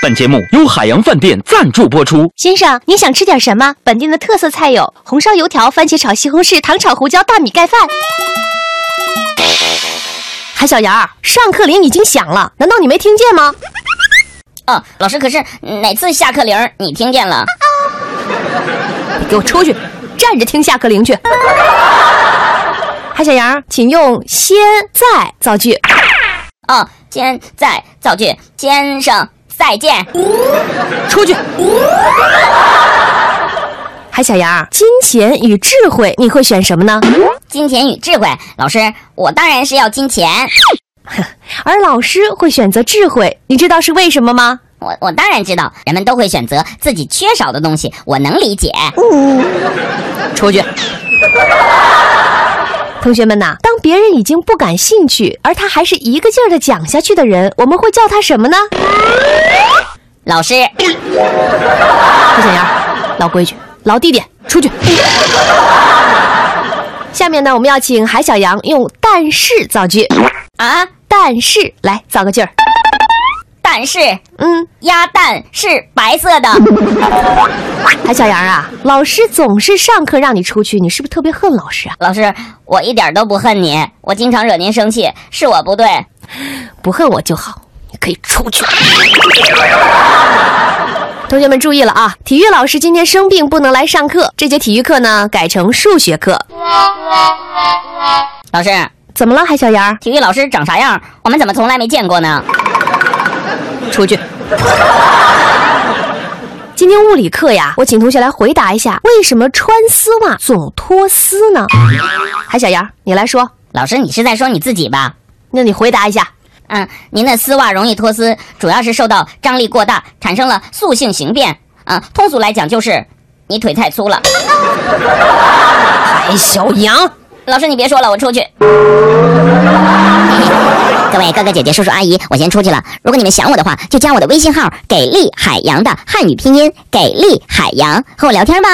本节目由海洋饭店赞助播出。先生，您想吃点什么？本店的特色菜有红烧油条、番茄炒西红柿、糖炒胡椒、大米盖饭。韩小杨，上课铃已经响了，难道你没听见吗？哦，老师，可是哪次下课铃儿你听见了？你给我出去，站着听下课铃去。韩小杨，请用“先在”造句。哦，先在造句，先生再见。出去。韩小杨，金钱与智慧，你会选什么呢？金钱与智慧，老师，我当然是要金钱，而老师会选择智慧，你知道是为什么吗？我我当然知道，人们都会选择自己缺少的东西，我能理解。出去。同学们呐、当别人已经不感兴趣，而他还是一个劲儿的讲下去的人，我们会叫他什么呢？老师，胡小杨，老规矩，老地点，出去。下面呢，我们要请海小杨用“但是”造句啊，“但是”来造个句儿。但是嗯，鸭蛋是白色的，海小杨啊，老师总是上课让你出去，你是不是特别恨老师啊？老师，我一点都不恨你，我经常惹您生气，是我不对。不恨我就好，你可以出去。同学们注意了啊！体育老师今天生病不能来上课，这节体育课呢改成数学课。老师，怎么了，海小杨儿？体育老师长啥样？我们怎么从来没见过呢？出去。今天物理课呀，我请同学来回答一下，为什么穿丝袜总脱丝呢？海小杨，你来说，老师，你是在说你自己吧？那你回答一下。嗯，您的丝袜容易脱丝，主要是受到张力过大产生了塑性形变。嗯，通俗来讲就是你腿太粗了。海小杨，老师，你别说了，我出去。各位哥哥姐姐、叔叔阿姨，我先出去了。如果你们想我的话，就加我的微信号“给力海洋”的汉语拼音“给力海洋”和我聊天吧。